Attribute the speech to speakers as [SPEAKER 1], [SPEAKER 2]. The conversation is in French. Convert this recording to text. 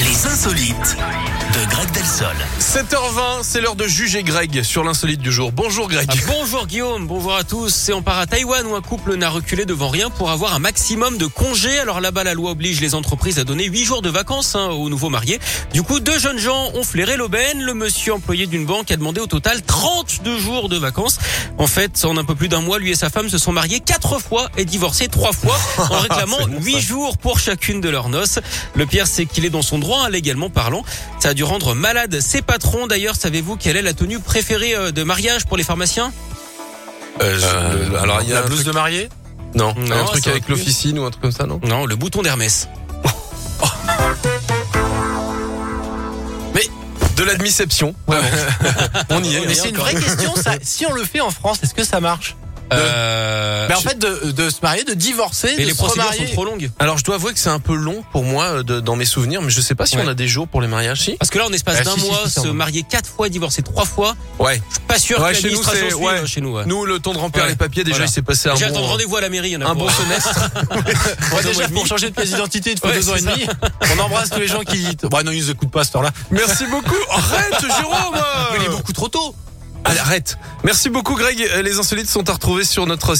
[SPEAKER 1] Les insolites de Greg Delsol.
[SPEAKER 2] 7h20, c'est l'heure de juger Greg sur l'insolite du jour. Bonjour Greg.
[SPEAKER 3] Ah, bonjour Guillaume, bonjour à tous. Et on part à Taïwan où un couple n'a reculé devant rien pour avoir un maximum de congés. Alors là-bas, la loi oblige les entreprises à donner 8 jours de vacances hein, aux nouveaux mariés. Du coup, deux jeunes gens ont flairé l'aubaine. Le monsieur employé d'une banque a demandé au total 32 jours de vacances. En fait, en un peu plus d'un mois, lui et sa femme se sont mariés quatre fois et divorcés trois fois en réclamant
[SPEAKER 2] bon, ça.
[SPEAKER 3] 8 jours pour chacune de leurs noces. Le pire, c'est qu'il est dans son droit, hein, légalement parlant. Ça a dû rendre malade ses patrons. D'ailleurs, savez-vous quelle est la tenue préférée euh, de mariage pour les pharmaciens
[SPEAKER 2] Euh, je-
[SPEAKER 4] Euh,
[SPEAKER 2] le- alors il y a
[SPEAKER 4] la
[SPEAKER 2] un
[SPEAKER 4] blouse
[SPEAKER 2] truc,
[SPEAKER 4] de mariée
[SPEAKER 2] non,
[SPEAKER 3] Non,
[SPEAKER 2] un truc
[SPEAKER 3] ça va
[SPEAKER 2] avec
[SPEAKER 3] plus.
[SPEAKER 2] l'officine ou un truc comme ça, non
[SPEAKER 3] Non, le bouton d'Hermès.
[SPEAKER 2] De l'admiception.
[SPEAKER 4] On y
[SPEAKER 3] est, on
[SPEAKER 4] Mais
[SPEAKER 3] y est
[SPEAKER 4] c'est une
[SPEAKER 3] encore.
[SPEAKER 4] vraie question. Ça, si on le fait en France, est-ce que ça marche
[SPEAKER 3] Euh,
[SPEAKER 4] Mais Ben, en fait, de, de se marier, de divorcer,
[SPEAKER 3] mais
[SPEAKER 4] de
[SPEAKER 3] les
[SPEAKER 4] se
[SPEAKER 3] procédures
[SPEAKER 4] remarier.
[SPEAKER 3] sont trop longues.
[SPEAKER 2] Alors je dois avouer que c'est un peu long pour moi euh, de- dans mes souvenirs, mais je sais pas si
[SPEAKER 3] Ouais.
[SPEAKER 2] on a des jours pour les mariages. Si
[SPEAKER 3] Parce que là, en espace
[SPEAKER 4] Ah,
[SPEAKER 3] d'un
[SPEAKER 4] si, si,
[SPEAKER 3] mois,
[SPEAKER 4] si, si,
[SPEAKER 3] se
[SPEAKER 4] pardon.
[SPEAKER 3] marier quatre fois, divorcer trois fois,
[SPEAKER 2] Ouais.
[SPEAKER 3] je suis pas sûr
[SPEAKER 2] Ouais,
[SPEAKER 3] que
[SPEAKER 2] chez nous,
[SPEAKER 3] l'administration
[SPEAKER 2] c'est-
[SPEAKER 3] suive
[SPEAKER 2] ouais.
[SPEAKER 3] euh, chez nous. ouais.
[SPEAKER 2] Nous, le temps de remplir
[SPEAKER 3] Ouais.
[SPEAKER 2] les papiers, déjà,
[SPEAKER 3] Voilà.
[SPEAKER 2] il s'est passé un
[SPEAKER 3] Déjà, attendre
[SPEAKER 2] bon,
[SPEAKER 3] rendez-vous à la mairie, il y en a
[SPEAKER 2] un
[SPEAKER 3] pour,
[SPEAKER 2] bon
[SPEAKER 3] euh,
[SPEAKER 2] semestre.
[SPEAKER 4] Moi,
[SPEAKER 3] Deux ans et
[SPEAKER 4] déjà,
[SPEAKER 3] demi.
[SPEAKER 4] pour changer de pièce d'identité, il te faut
[SPEAKER 3] Ouais,
[SPEAKER 4] deux ans
[SPEAKER 3] c'est
[SPEAKER 4] et demi. On embrasse tous les gens qui. Bah non, ils nous écoutent pas Euh, à cette heure-là.
[SPEAKER 2] Merci beaucoup. Arrête, Jérôme.
[SPEAKER 4] Il est beaucoup trop tôt.
[SPEAKER 2] Allez, arrête. Merci beaucoup, Greg. Euh, Les insolites sont à retrouver sur notre